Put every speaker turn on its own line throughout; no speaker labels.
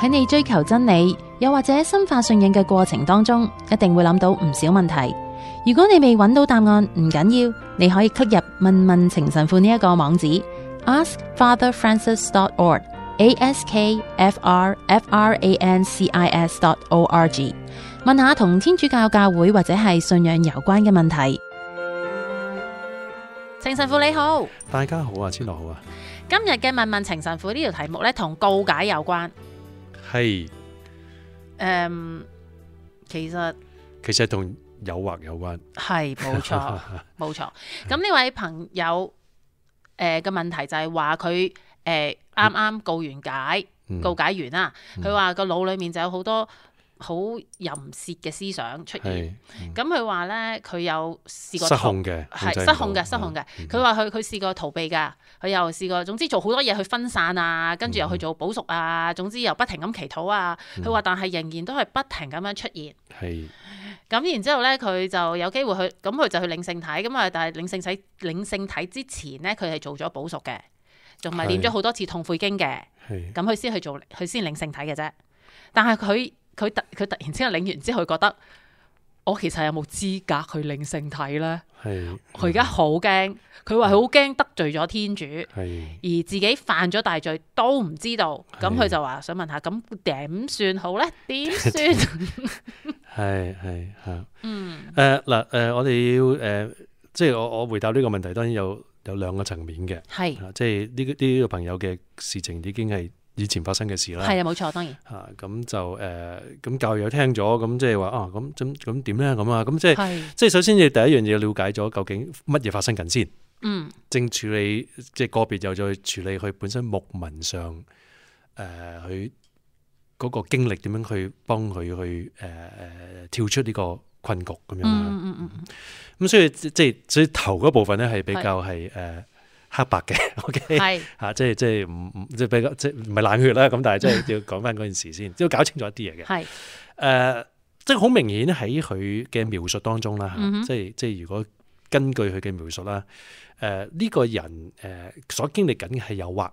喺你追求真理，又或者深化信仰嘅過程當中，一定會諗到唔少問題。如果你未揾到答案，唔緊要，你可以 click 入問問情神父呢一個網址 askfatherfrancis.org，askfrfrancis.org，問下同天主教教會或者係信仰有關嘅問題。情神父你好，
大家好啊，千樂好啊，
今日嘅問問情神父呢條題目呢，同告解有關。
係，
誒、嗯其實
其實同誘惑有關，
係冇 錯，冇錯。咁呢位朋友呃誒嘅、問題就係話佢誒啱啱告完解，
嗯
告解完啦，
嗯
佢話個腦裡面就有好多好淫褻嘅思想出現。
係嗯
咁佢話咧，佢有試過
失
逃
控嘅，控
係
制唔
失
到
控嘅，失控，嘅。
嗯
佢話佢佢試過逃避㗎，佢又試過，總之做好多嘢去分散啊，跟住又去做補贖啊，總之又不停咁祈禱啊。佢話但係仍然都係不停咁樣出現。
係
咁然之後咧，佢就有機會去，咁佢就去領聖體，咁啊，但係領聖體領聖體之前咧，佢係做咗補贖嘅，仲咪念咗
係
好多次痛悔經嘅，
係
咁佢先去做，佢先領聖體嘅啫。但係佢佢突佢突然之間領完之後，佢覺得我其實有冇資格去領聖體咧？
係，
佢而家好驚，佢話佢好驚得罪咗天主，
係
而自己犯咗大罪都唔知道，咁
係
佢就話想問下，咁點算好咧？點 算？
係係嚇，
嗯，
誒嗱誒，我哋要誒，即係我我回答呢個問題，當然有有兩個層面嘅，
係
啊即係呢個呢個朋友嘅事情已經係以前發生嘅事啦，
係啊，冇錯，當然
嚇咁就誒，咁教育又聽咗，咁即係話啊，咁咁咁點咧咁啊，咁即係。
係。
即係首先你第一樣嘢了解咗究竟乜嘢發生緊先，
嗯，
正處理即係個別又再處理佢本身牧民上誒佢嗰個經歷點樣去幫佢去誒誒、呃跳出呢個困局咁樣啊
嗯
啦。
嗯嗯嗯
咁、所以即即係所以頭嗰部分咧係比較係誒黑白嘅，OK
嗯，係
嚇、即係即係唔唔即係比較即係唔係冷血啦。咁但係即係要講翻嗰件事先，都要搞清楚一啲嘢嘅。
係，
誒、即係好明顯喺佢嘅描述當中啦，嚇
嗯哼
即係即係如果根據佢嘅描述啦，誒、呢、個人誒、所經歷緊嘅係誘惑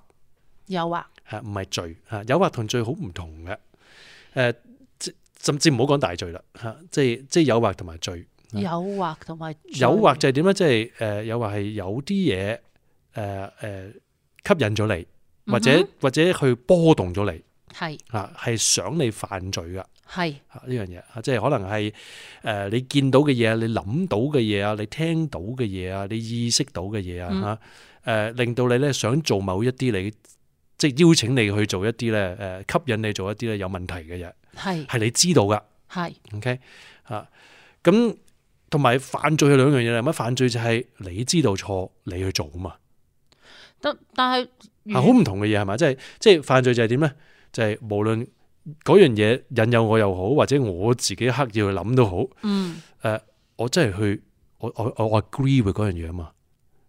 有啊，
嚇，唔係罪嚇，誘惑同罪好唔同嘅誒、即甚至唔好講大罪啦嚇，即係即係誘惑同埋罪，
誘惑同埋
誘惑就係點咧？即係誒誘惑係有啲嘢誒誒吸引咗你，或者、
嗯
或者去波動咗你
係
嚇，係想你犯罪噶。
係
啊呢樣嘢啊，即係可能係誒、呃你見到嘅嘢啊，你諗到嘅嘢啊，你聽到嘅嘢啊，你意識到嘅嘢啊嚇
嗯
誒、呃令到你咧想做某一啲你即係邀請你去做一啲咧誒吸引你做一啲咧有問題嘅嘢，
係
係你知道噶
係
，OK 啊，咁同埋犯罪係兩樣嘢嚟，乜犯罪就係你知道錯你去做啊嘛，
但但係如
係好唔同嘅嘢係咪？即係即係犯罪就係點咧？就係、無論嗰樣嘢引誘我又好，或者我自己刻意去諗都好。
嗯
我真係去，我我我我 agree with 嗰樣嘢啊嘛，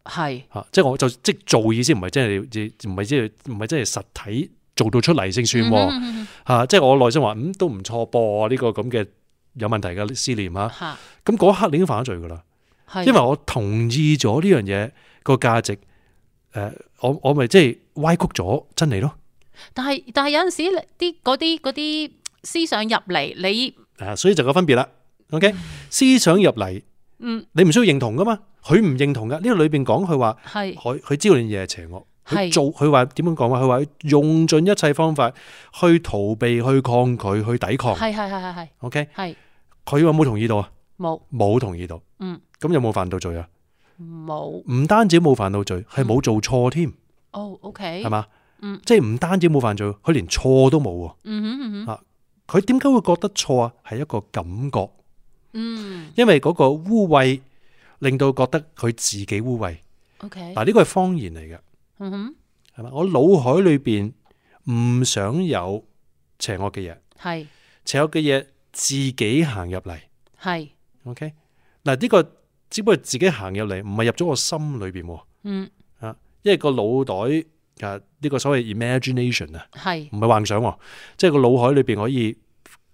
係
嚇，即係我就即係做意思，唔係真係即唔係即係唔係真係實體做到出嚟先算喎嚇、
嗯
即係我內心話嗯都唔錯噃，呢、個咁嘅有問題嘅思念嚇，
吓
咁嗰一刻你已經犯咗罪噶啦，
係
因為我同意咗呢樣嘢個價值，誒、呃我我咪即係歪曲咗真理咯，
但係但係有陣時你啲嗰啲嗰啲思想入嚟，你
啊，所以就有分別啦，OK，思想入嚟，
嗯
你唔需要認同噶嘛，佢唔認同噶，呢、個裏邊講佢話。
係
佢佢知道呢樣嘢係邪惡，
係
佢做佢話點樣講話？佢話用盡一切方法去逃避、去抗拒、去抵抗。
係係係係係
OK，
係
佢有冇同意到啊？
冇
冇同意到。
嗯，
咁有冇犯到罪啊？
冇
唔單止冇犯到罪，係
嗯
冇做錯添，
哦，OK，
係嘛？
嗯，
即係唔單止冇犯罪，佢連錯都冇喎。
嗯哼嗯哼
佢點解會覺得錯啊？係一個感覺，
嗯
因為嗰個污穢令到覺得佢自己污穢。
，OK，
嗱，呢個係方言嚟嘅。
嗯哼
係嘛？我腦海裏邊唔想有邪惡嘅嘢，
係
邪惡嘅嘢自己行入嚟。
係
OK，嗱呢個只不過自己行入嚟，唔係入咗我心裏邊喎，啊
嗯
因為個腦袋啊呢個所謂 imagination 啊，
係
唔係幻想喎，即係個腦海裏邊可以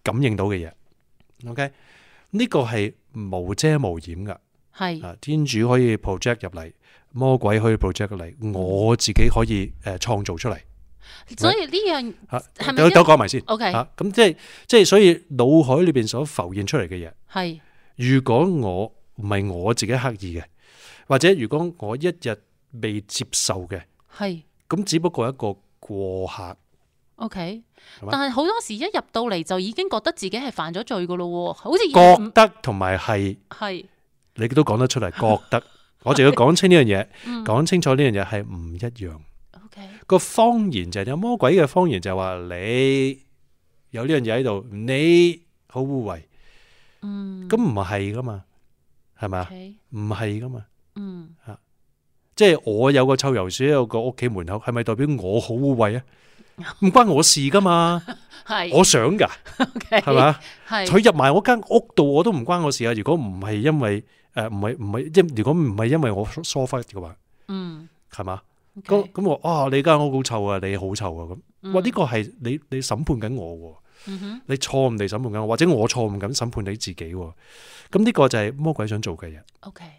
感應到嘅嘢。OK，呢個係無遮無掩噶。
係
啊，天主可以 project 入嚟，魔鬼可以 project 入嚟，我自己可以誒創造出嚟。
所以呢样
吓，
係咪
等
因
等我講埋先
OK
吓，咁即係即係所以腦海裏邊所浮現出嚟嘅嘢，
系
如果我唔係我自己刻意嘅，或者如果我一日未接受嘅，
系
咁只不過係一個過客。
OK，
係嘛
但系好多时一入到嚟就已经觉得自己系犯咗罪噶咯喎，好似
覺得同埋係
系
你都講得出嚟，覺得 我就要講清呢樣嘢，
嗯
講清楚呢樣嘢係唔一樣。
OK
個方言就係有魔鬼嘅方言，就係話你有呢樣嘢喺度，你好污衊，
嗯
咁唔係噶嘛，係咪啊？
Mm, OK Mm.
唔係噶嘛，
嗯
即係我有個臭油鼠喺我個屋企門口，係咪代表我好污 衊啊？唔關我事噶嘛，
系
我想噶，
OK
係咪啊？
系
佢入埋我間屋度，我都唔關我事啊！如果唔係因為诶，唔係唔係因，如果唔係因為我疏疏忽嘅話，
嗯
係嘛？
Mm, OK
咁咁我啊，你間屋好臭啊，你好臭啊咁。
嗯
哇！呢個係你你審判緊我喎，
嗯哼
你錯誤地審判緊我，或者我錯誤咁審判你自己喎。咁呢個就係魔鬼想做嘅嘢。
OK 嗯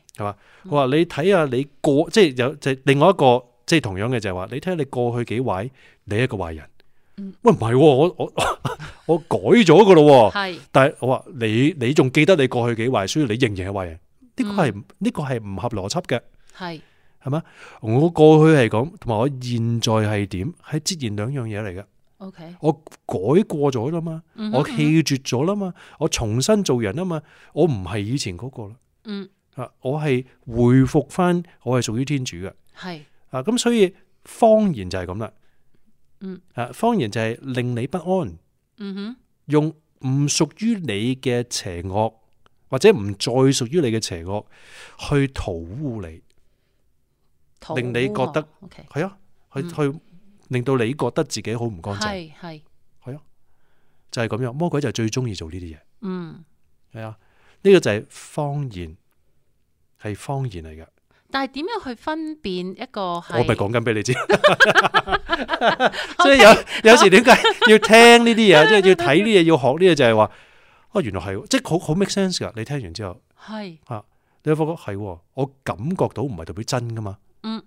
佢話你睇下你過，即係有就係另外一個即係同樣嘅就係話，你睇下你過去幾壞，你係一個壞人
嗯。
喂，唔係喎，我我 我改咗噶 咯喎。
系
但係我話你你仲記得你過去幾壞，所以你仍然係壞人。呢個
嗯
係呢個係唔合邏輯嘅，
系
係嘛？我過去係咁，同埋我現在係點，係截然兩樣嘢嚟嘅。
OK Mm-hmm.
我改過咗啦嘛，
嗯哼
我棄絕咗啦嘛，我重新做人啦嘛，我唔係以前嗰個啦，
嗯
啊，我係回復翻，我係屬於天主嘅，
系
啊，咁所以方言就係咁啦，
嗯，
啊，方言就係令你不安，
嗯哼
用唔屬於你嘅邪惡或者唔再屬於你嘅邪惡去塗污你，
土
令你覺得
啊 OK
係啊，去
嗯
去令到你覺得自己好唔乾淨，
系系
就係咁樣，魔鬼就係最中意做呢啲嘢。
嗯。
系啊，呢、個就係方言，係方言嚟嘅。
但系點樣去分辨一個係
我咪講緊俾你 知，所以有有时点解要聽呢啲嘢， 即係要睇呢嘢，要學呢嘢，就係話，哦，原來係喎，即係好好 make sense 噶。你聽完之後，
係
你會發覺係喎，我感覺到唔係代表真噶嘛。
嗯，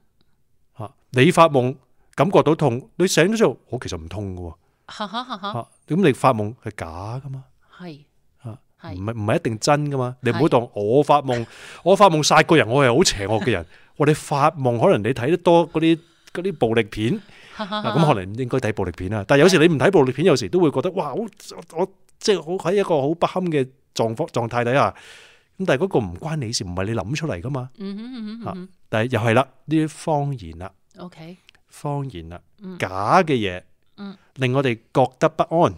吓、你發夢感覺到痛，你醒咗之後，我其實唔痛
啊
噶。
哈哈哈
吓、
哈
咁你發夢係假噶嘛？
係
啊唔
係
係唔係一定真噶嘛？你唔好
係
當我發夢， 我發夢殺個人，我係好邪惡嘅人。我哋發夢可能你睇得多嗰啲嗰啲暴力片，
哈哈
啊
哈
咁可
哈
能唔應該睇暴力片啦。但係有時你唔睇暴力片，有時都會覺得哇，好我我即係好喺一個好不堪嘅狀況狀態底下。咁但係嗰個唔關你事，唔係你諗出嚟噶嘛。
嗯哼嗯哼嗯哼
但係又係啦，呢啲方言啦，
mm-hmm, OK
方言啦
嗯，
假嘅嘢
嗯，
令我哋覺得不安，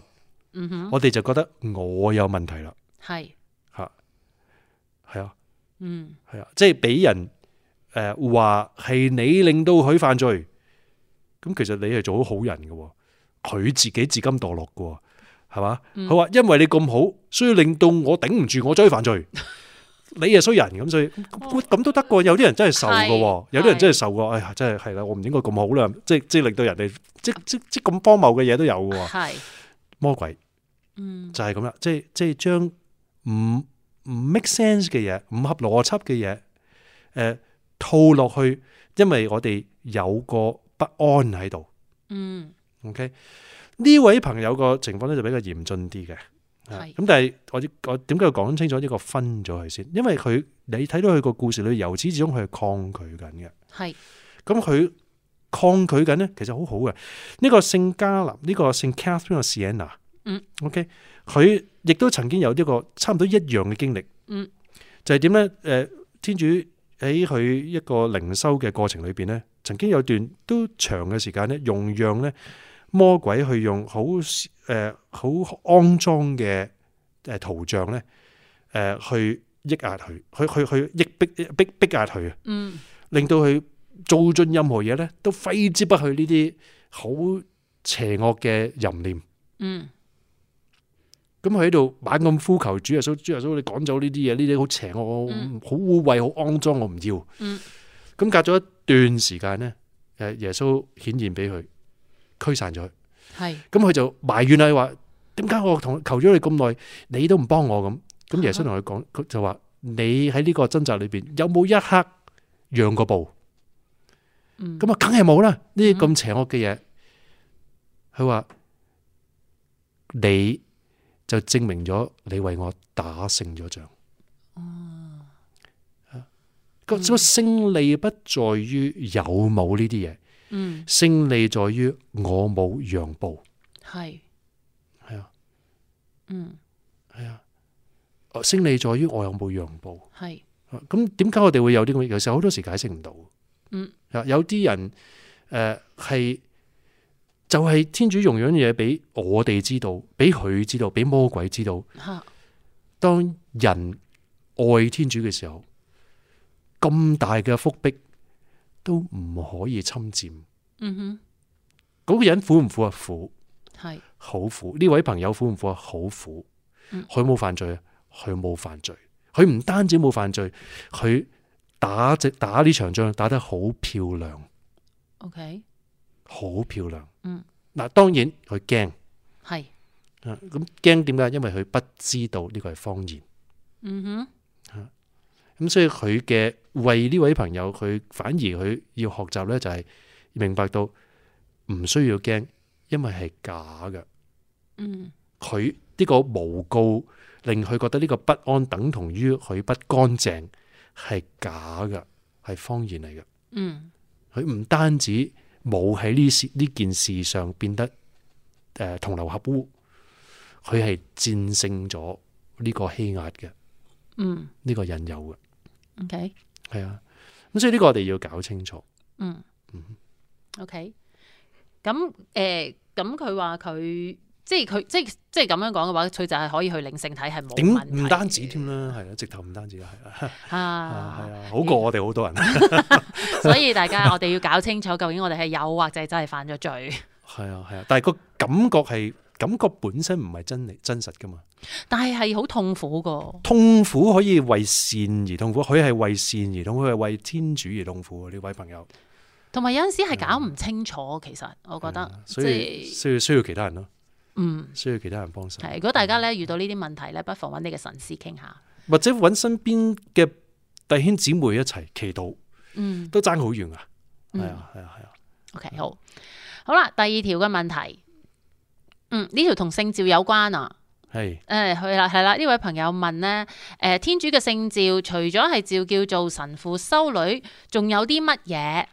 嗯哼
我哋就覺得我有問題啦。
係
吓，係啊。
嗯
系啊，即系俾人诶话系你令到佢犯罪，咁其实你系做好好人嘅喎，佢自己自甘堕落嘅喎，系嘛？
嗯
佢话、因为你咁好，所以令到我顶唔住，我追犯 罪。你係衰人咁，所以咁咁咁都得嘅喎。有啲人真係受嘅
哦係
喎，有啲人真係受嘅。哎呀，真係係啦，我唔應該咁好啦，即係即係令到人哋即即即咁荒謬嘅嘢都有嘅喎。
係
魔鬼
嗯
就係咁啦，即係即係將唔唔 make sense 嘅嘢，唔合邏輯嘅嘢，誒、呃套落去，因為我哋有個不安喺度。
嗯
OK，呢位朋友個情況咧就比較嚴峻啲嘅。啊
係
咁但係我我點解要講清楚呢個分咗佢先？因為佢你睇到佢個故事裏由始至終佢係抗拒緊嘅。
係
咁佢抗拒緊咧，其實好好嘅。呢、個聖加林，呢、個聖 Catherine of Siena，
嗯
，OK，佢亦都曾經有呢個差唔多一樣嘅經歷，
嗯，
就係點咧？誒、天主喺佢一個靈修嘅過程裏邊咧，曾經有段都長嘅時間咧，容讓咧魔鬼去用好誒好肮髒嘅誒圖像咧，誒、去抑壓佢，去去去抑逼逼逼壓佢啊！
嗯
令到佢做盡任何嘢咧，都揮之不去呢啲好邪惡嘅淫念。
嗯
咁佢喺度猛咁呼求主耶穌，主耶穌你趕走呢啲嘢，呢啲好邪惡、我
嗯
好污穢、好肮髒，我唔要。
嗯
咁隔咗一段時間咧，誒耶穌顯現俾佢，驅散咗佢。
係
咁佢就埋怨啦，佢話點解我同求咗你咁耐，你都唔幫我咁？咁耶穌同佢講，佢就話你喺呢個掙扎裏邊有冇一刻讓過步？
嗯
咁啊，梗係冇啦！呢啲咁邪惡嘅嘢，佢話你就證明咗你為我打勝咗仗。啊個個勝利不在於有冇呢啲嘢，
嗯，
勝利在於我冇讓步。
系，
係啊，
嗯，
係啊，哦勝利在於我有冇讓步。
系，
啊咁點解我哋會有啲咁嘅？有時好多時解釋唔到。
嗯
啊，有啲人誒係、就係、天主用樣嘢俾我哋知道，俾佢知道，俾魔鬼知道。
吓，
當人愛天主嘅時候，咁大嘅福逼都唔可以侵佔。
嗯
嗰、個人苦唔苦啊？苦，
哼，系，
好苦。呢位朋友苦唔苦啊？好苦。
嗯
佢冇犯罪啊？佢冇犯罪。佢唔單止冇犯罪，佢打只打呢場仗打得好漂亮，
，OK，
好漂亮。
嗯，
嗱，當然佢驚
系，
啊，咁驚點解？因為佢不知道呢個係方言。
嗯
咁所以佢嘅為呢位朋友，佢反而佢要學習咧，就係明白到唔需要驚，因為係假嘅。
哼，嗯，
佢呢個無告令佢覺得呢個不安等同於佢不乾淨，係假嘅，係謊言嚟嘅。
嗯，
佢唔單止冇喺呢事呢件事上變得誒、呃同流合污，佢係戰勝咗呢個欺壓嘅
嗯
呢個引誘嘅，
，OK，
係啊。咁所以呢個我哋要搞清楚。
嗯，OK，咁誒，咁佢話佢。即係佢，即係即係咁樣講嘅話，佢就係可以去領性體係冇
點
問題
唔單止
嘅
添啦，係啦，啊直頭唔單止啦，係啦，係
啊，
啊，好過我哋好多人，
所以大家我哋要搞清楚，究竟我哋係有或者真係犯咗罪。
係啊係啊，但係個感覺係感覺本身唔係真理真實噶嘛，
但係係好痛苦噶，
痛苦可以為善而痛苦，佢係為善而痛苦，佢係為天主而痛苦喎呢位朋友，
同埋有陣時係搞唔清楚。其實我覺
係
得
啊，
即
所以
係
需要需要其他人咯，
嗯
需要其他人幫手，
係。如果大家咧遇到呢啲問題咧，不妨揾你嘅神師傾下。
或者揾身邊嘅弟兄姊妹一齊祈禱，
嗯
都爭好遠啊，係
嗯
啊係啊係啊，
，OK，好，好啦，第二條嘅問題，嗯，呢條同聖召有關啊。
係
誒係啦，係啦，呢位朋友問呢，誒、天主嘅聖召除咗係召叫做神父修女，仲有啲乜嘢？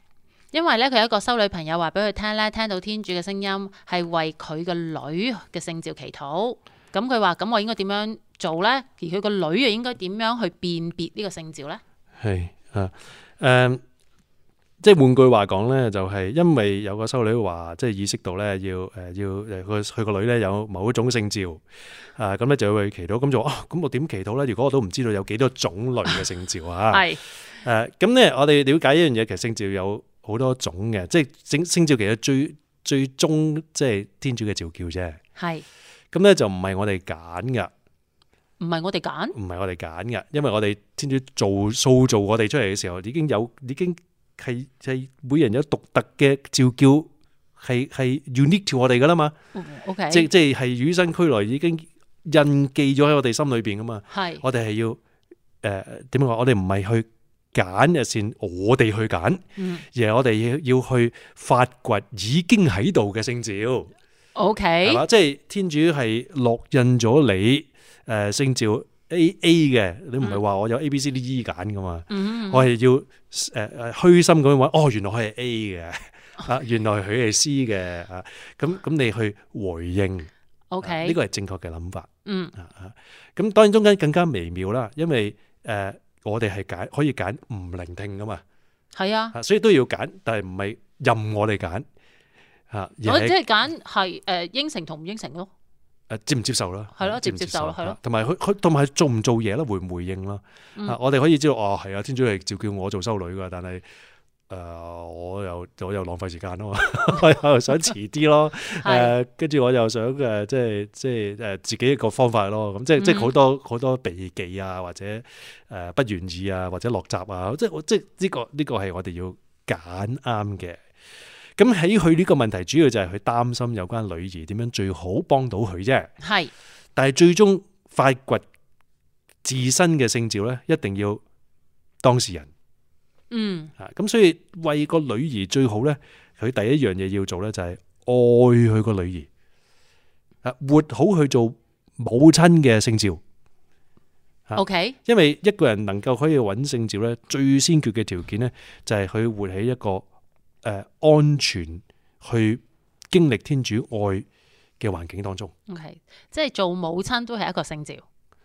因為咧，佢有一個修女朋友話俾佢聽咧，聽到天主嘅聲音係為佢個女嘅聖召祈禱。咁佢話：咁我應該點樣做呢？而佢個女又應該點樣去辨別呢個聖召呢？
系啊，诶、即系换句话讲咧，就系、因为有个修女话，即系意识到咧，要诶、要诶佢佢个女咧有某一种性召啊，咁咧就要去祈祷，咁就啊，咁我点祈禱咧？如果我都唔知道有幾多種類嘅性召啊，
係
诶，咁咧我哋了解一樣嘢，其實性召有好多種嘅，即係性性召其實最最終即係天主嘅召叫啫，
係，
咁咧就唔係我哋揀噶。
唔係我哋揀？
唔係我哋揀嘅，因為我哋天主做塑造我哋出嚟嘅時候，已經有已經係係每人有獨特嘅召叫，係係 unique to 我哋噶啦嘛，
嗯 OK，
即即係與生俱來已經印記咗喺我哋心裏邊噶嘛，
係
我哋係要誒點講？我哋唔係去揀嘅先，我哋去揀，
嗯
而係我哋要要去發掘已經喺度嘅聖召。係
OK，
嘛？即係天主係落印咗你诶聖召 A A 嘅，你唔係話我有 A B C D E 揀噶嘛？
嗯
我係要诶诶虚心咁樣揾，哦，原來佢係 A 嘅。啊，原來佢係 C 嘅啊，咁咁你去回應啊呢
，OK，
個係正確嘅諗法
嗯
啊啊！咁當然中間更加微妙啦，因為诶、呃我哋係揀可以揀唔聆聽噶嘛，
係啊，
啊所以都要揀，但係唔係任我哋揀啊，而
我
係
哋即係揀係誒應承同唔應承咯。
誒呃接唔接受啦，
係咯接唔接受啦係咯
啦，啊同埋佢佢同埋佢做唔做嘢啦，回唔回應啦，
嗯
啊，我哋可以知道哦，係啊，天主係召叫我做修女噶，但係誒、呃我又我又浪費時間咯， 我又想遲啲咯，
係
誒跟住我又想誒、即係即係誒、自己一個方法咯，咁即係即係好多好多避忌啊，或者誒、不願意啊，或者落閘啊，即係我即係呢、個呢、個係我哋要揀啱嘅。咁喺佢呢個問題，主要就係佢擔心有關女兒點樣最好幫到佢啫。
係。
但係最終發掘自身嘅聖召咧，一定要當事人
嗯
啊。咁所以為個女兒最好咧，佢第一樣嘢要做咧就係愛佢個女兒，啊，活好佢做母親嘅聖召。啊
O K，
因為一個人能夠可以揾聖召咧，最先決嘅條件咧，就係佢活喺一個誒、呃安全去經歷天主愛嘅環境當中。
O K，即係做母親都係一個聖召。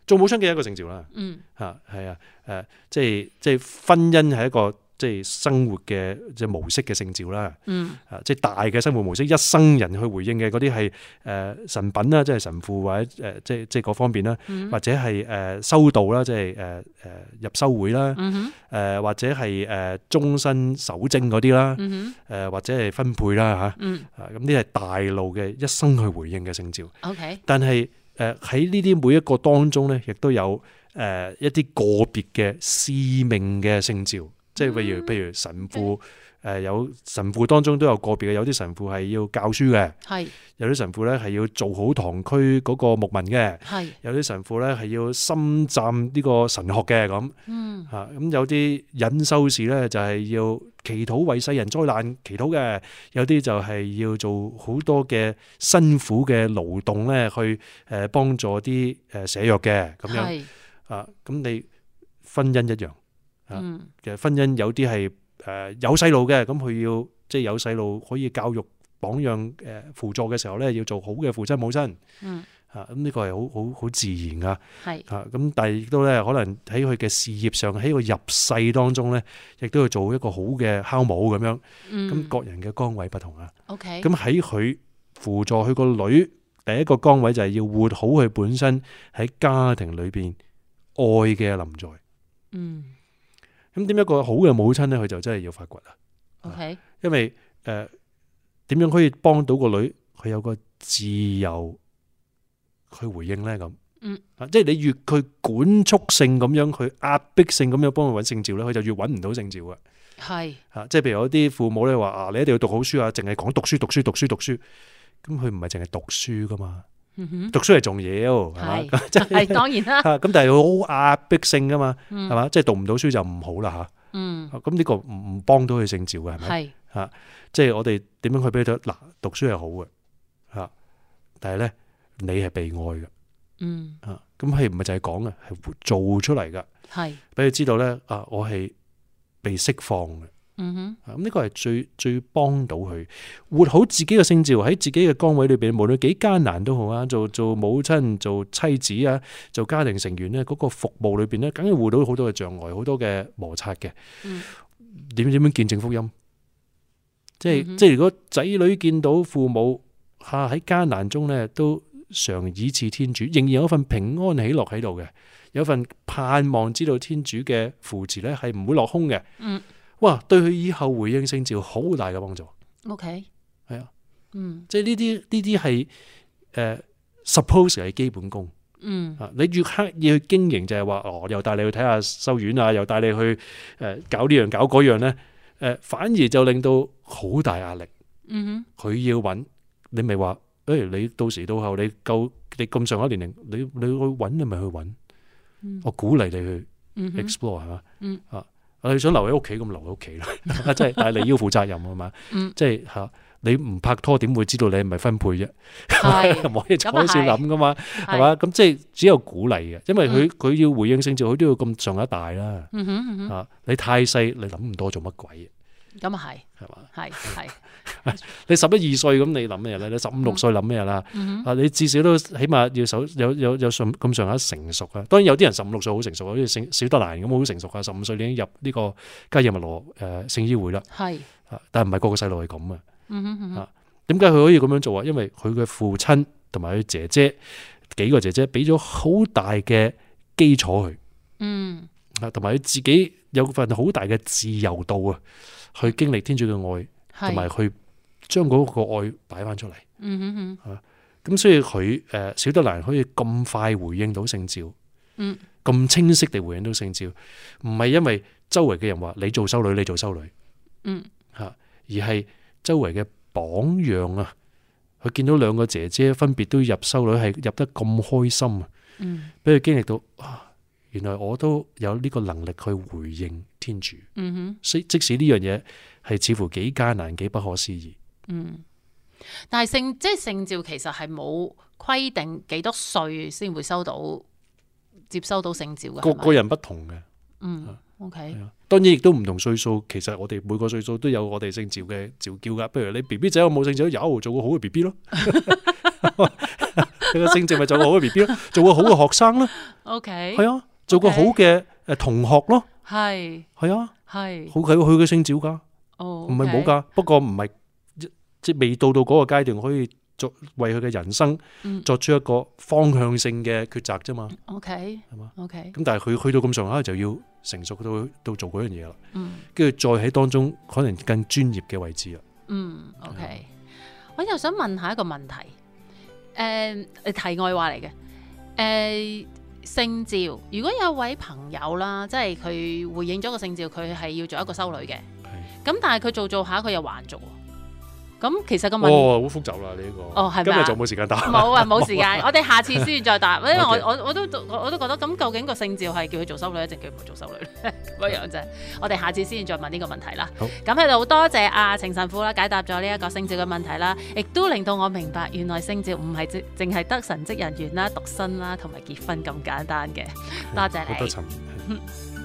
做母親嘅一個聖召啦，
嗯，
嚇係啊，誒、即係即係婚姻係一個即係生活嘅即係模式嘅聖召啦。
嗯，
啊，即係大嘅生活模式，一生人去回應嘅嗰啲係誒神品啦，即係神父或者誒、呃即係即係嗰方面啦，
嗯
或者係誒、呃修道啦，即係誒誒入修會啦，誒、
嗯哼，
或者係誒、呃、終身守貞嗰啲啦，誒、
嗯哼，
或者係分配啦
嗯
嚇，啊咁呢啲係大路嘅一生去回應嘅聖召，
，O K，
但係誒喺呢啲每一個當中咧，亦都有誒、呃一啲個別嘅使命嘅聖召，即係譬如
嗯
譬如神父。誒有神父當中都有個別嘅，有啲神父係要教書嘅，
係
有啲神父咧係要做好堂區嗰個牧民嘅，
係，
有啲神父咧係要深湛呢個神學嘅咁
嗯
嚇，啊咁有啲隱修士咧就係要祈禱為世人災難祈禱嘅，有啲就係要做好多嘅辛苦嘅勞動咧去誒幫助啲誒舍弱嘅咁樣
係，
啊，咁你婚姻一樣。啊
嗯
嘅婚姻有啲係誒有細路嘅，咁佢要即係有細路可以教育榜樣誒、呃、輔助嘅時候咧，要做好嘅父親母親
嗯
啊，咁呢個係好好好自然噶
係，
啊，咁但係亦都咧可能喺佢嘅事業上喺個入世當中咧，亦都要做一個好嘅酵母咁樣，咁
嗯
各人嘅崗位不同啊，
，O K，
咁喺佢輔助佢個女第一個崗位就係要活好佢本身喺家庭裏邊愛嘅臨在，
嗯
咁點一個好嘅母親咧，佢就真係要發掘啦。
，O K，
因為誒點、樣可以幫到個女，佢有個自由去回應咧咁。
嗯
啊，即係你越佢管束性咁樣，佢壓迫性咁樣幫佢揾聖召咧，佢就越揾唔到聖召嘅。
係，
啊，即係譬如有啲父母咧話啊，你一定要讀好書啊，淨係講讀書讀書讀書讀書，咁佢唔係淨係讀書噶嘛，
嗯哼，
讀書係重要係嘛
係，係當然啦，
啊咁但係佢好壓迫性噶嘛，係
嗯
嘛？即係讀唔到書就唔好啦
嗯
吓。啊咁呢個唔唔幫到佢聖召嘅係咪？
係，
即係我哋點樣去俾佢睇嗱，讀書係好嘅嚇，但係咧你係被愛嘅
嗯
嚇，咁係唔係就係講嘅，係做出嚟噶，
係，
俾佢知道咧啊，我係被釋放嘅。
嗯哼，
啊咁呢個係最最幫到佢活好自己嘅聖召喺自己嘅崗位裏邊，無論幾艱難都好啊，做做母親、做妻子啊、做家庭成員咧，嗰、個服務裏邊咧，梗係會到好多嘅障礙、好多嘅摩擦嘅。
嗯
點點樣見證福音？即係、
嗯哼
即係如果仔女見到父母嚇喺艱難中咧，都常以似天主，仍然有一份平安喜樂喺度嘅，有一份盼望知道天主嘅扶持咧係唔會落空嘅。
嗯，
哇！對佢以後回應聖召好大嘅幫助，
，O K，
係啊，
嗯
即係呢啲呢啲係誒 suppose 係基本功。
嗯
啊！你越刻意去經營，就係話哦，又帶你去睇下修院啊，又帶你去誒、呃搞呢樣搞嗰樣咧，誒、反而就令到好大壓力。
嗯哼，
佢要揾你咪話，誒、你到時到後你夠你咁上下年齡，你你去揾你咪去揾。
嗯
我鼓勵你去
嗯哼，
explore 係嘛、
嗯
啊，你想留喺屋企咁留喺屋企 啦，即係但係你要負責任係嘛，
嗯
即係嚇。你唔拍拖點會知道你係咪分配啫？
係
唔可以坐喺度諗噶嘛，係
係
嘛？咁即係只有鼓勵嘅，因為佢佢要回應性照，佢都要咁上一大啦。
嗯哼嗯哼，
啊，你太細，你諗唔多做乜鬼
咁啊係
係嘛？
係係，
你十一二歲咁，你諗咩咧？你十五六歲諗咩啦？
嗯哼
啊，你至少都起碼要手有有有上咁上下成熟啊。當然有啲人十五六歲好成熟，好似聖小德蘭咁好成熟啊。十五歲已經入呢個加爾默羅誒聖醫會啦。
係，
啊但係唔係個個細路係咁啊。
嗯哼嗯哼，
點解佢可以咁樣做啊？因為佢嘅父親同埋佢姐姐幾個姐姐俾咗好大嘅基礎佢
嗯
啊，同埋佢自己有份好大嘅自由度啊，去經歷天主嘅愛，
係，
同埋去將嗰個愛擺翻出嚟。
嗯哼嗯哼。
咁所以佢誒、呃小德蘭可以咁快回應到聖召，
嗯，
咁清晰地回應到聖召，唔係因為周圍嘅人話你做修女，你做修女，
嗯
嚇，而係周圍嘅榜樣啊，佢見到兩個姐姐分別都入修女，係入得咁開心啊，
嗯
俾佢經歷到啊，原來我都有呢個能力去回應天主，
嗯哼
所以即使呢樣嘢係似乎幾艱難、幾不可思議，
嗯，但係聖即係聖召其實係冇規定幾多歲先會收到接收到聖召嘅，
個
係
個
咪？
人不同嘅。
嗯
係
，OK，
啊，當然亦都唔同歲數，其實我哋每個歲數都有我哋姓趙嘅召叫噶。譬如你 B B 仔有冇姓趙？有，做個好嘅 B B 咯。 你個姓趙咪做個好嘅 B B 咯，做個好嘅學生咯，
，OK，
係啊，做個好嘅誒同學咯，
係
係啊，
係，
好佢佢嘅姓趙噶，
哦，
唔係冇，噶，不過唔係即即未到到嗰個階段可以作為佢嘅人生
嗯
作出一個方向性嘅抉擇啫嘛。
，OK，
係嘛
，OK，
咁但係佢去到咁上下就要成熟到到做嗰樣嘢啦。
嗯。
跟住再喺當中可能更專業嘅位置啦。
嗯，OK。我
啊
又想問下一個問題，誒、題外話嚟嘅，誒、聖召。如果有位朋友啦，即係佢回應咗個聖召，佢係要做一個修女嘅，咁但係佢做做下佢又還俗喎。咁其實個問
哦，好複雜啦呢、個。
哦係咪
今
啊
日就冇時間答。
冇啊，冇 時間，我哋下次先再答，因為我
Okay
我我都我我都覺得咁究竟個聖召係叫佢做修女，定叫佢唔做修女 咧咁樣樣啫。我哋下次先再問呢個問題啦
好。
咁喺度好多謝阿程神父啦，解答咗呢一個聖召嘅問題啦，亦都令到我明白原來聖召唔係淨淨係 得神職人員啦、獨身啦同埋結婚咁簡單嘅。多謝
好
你
多。層。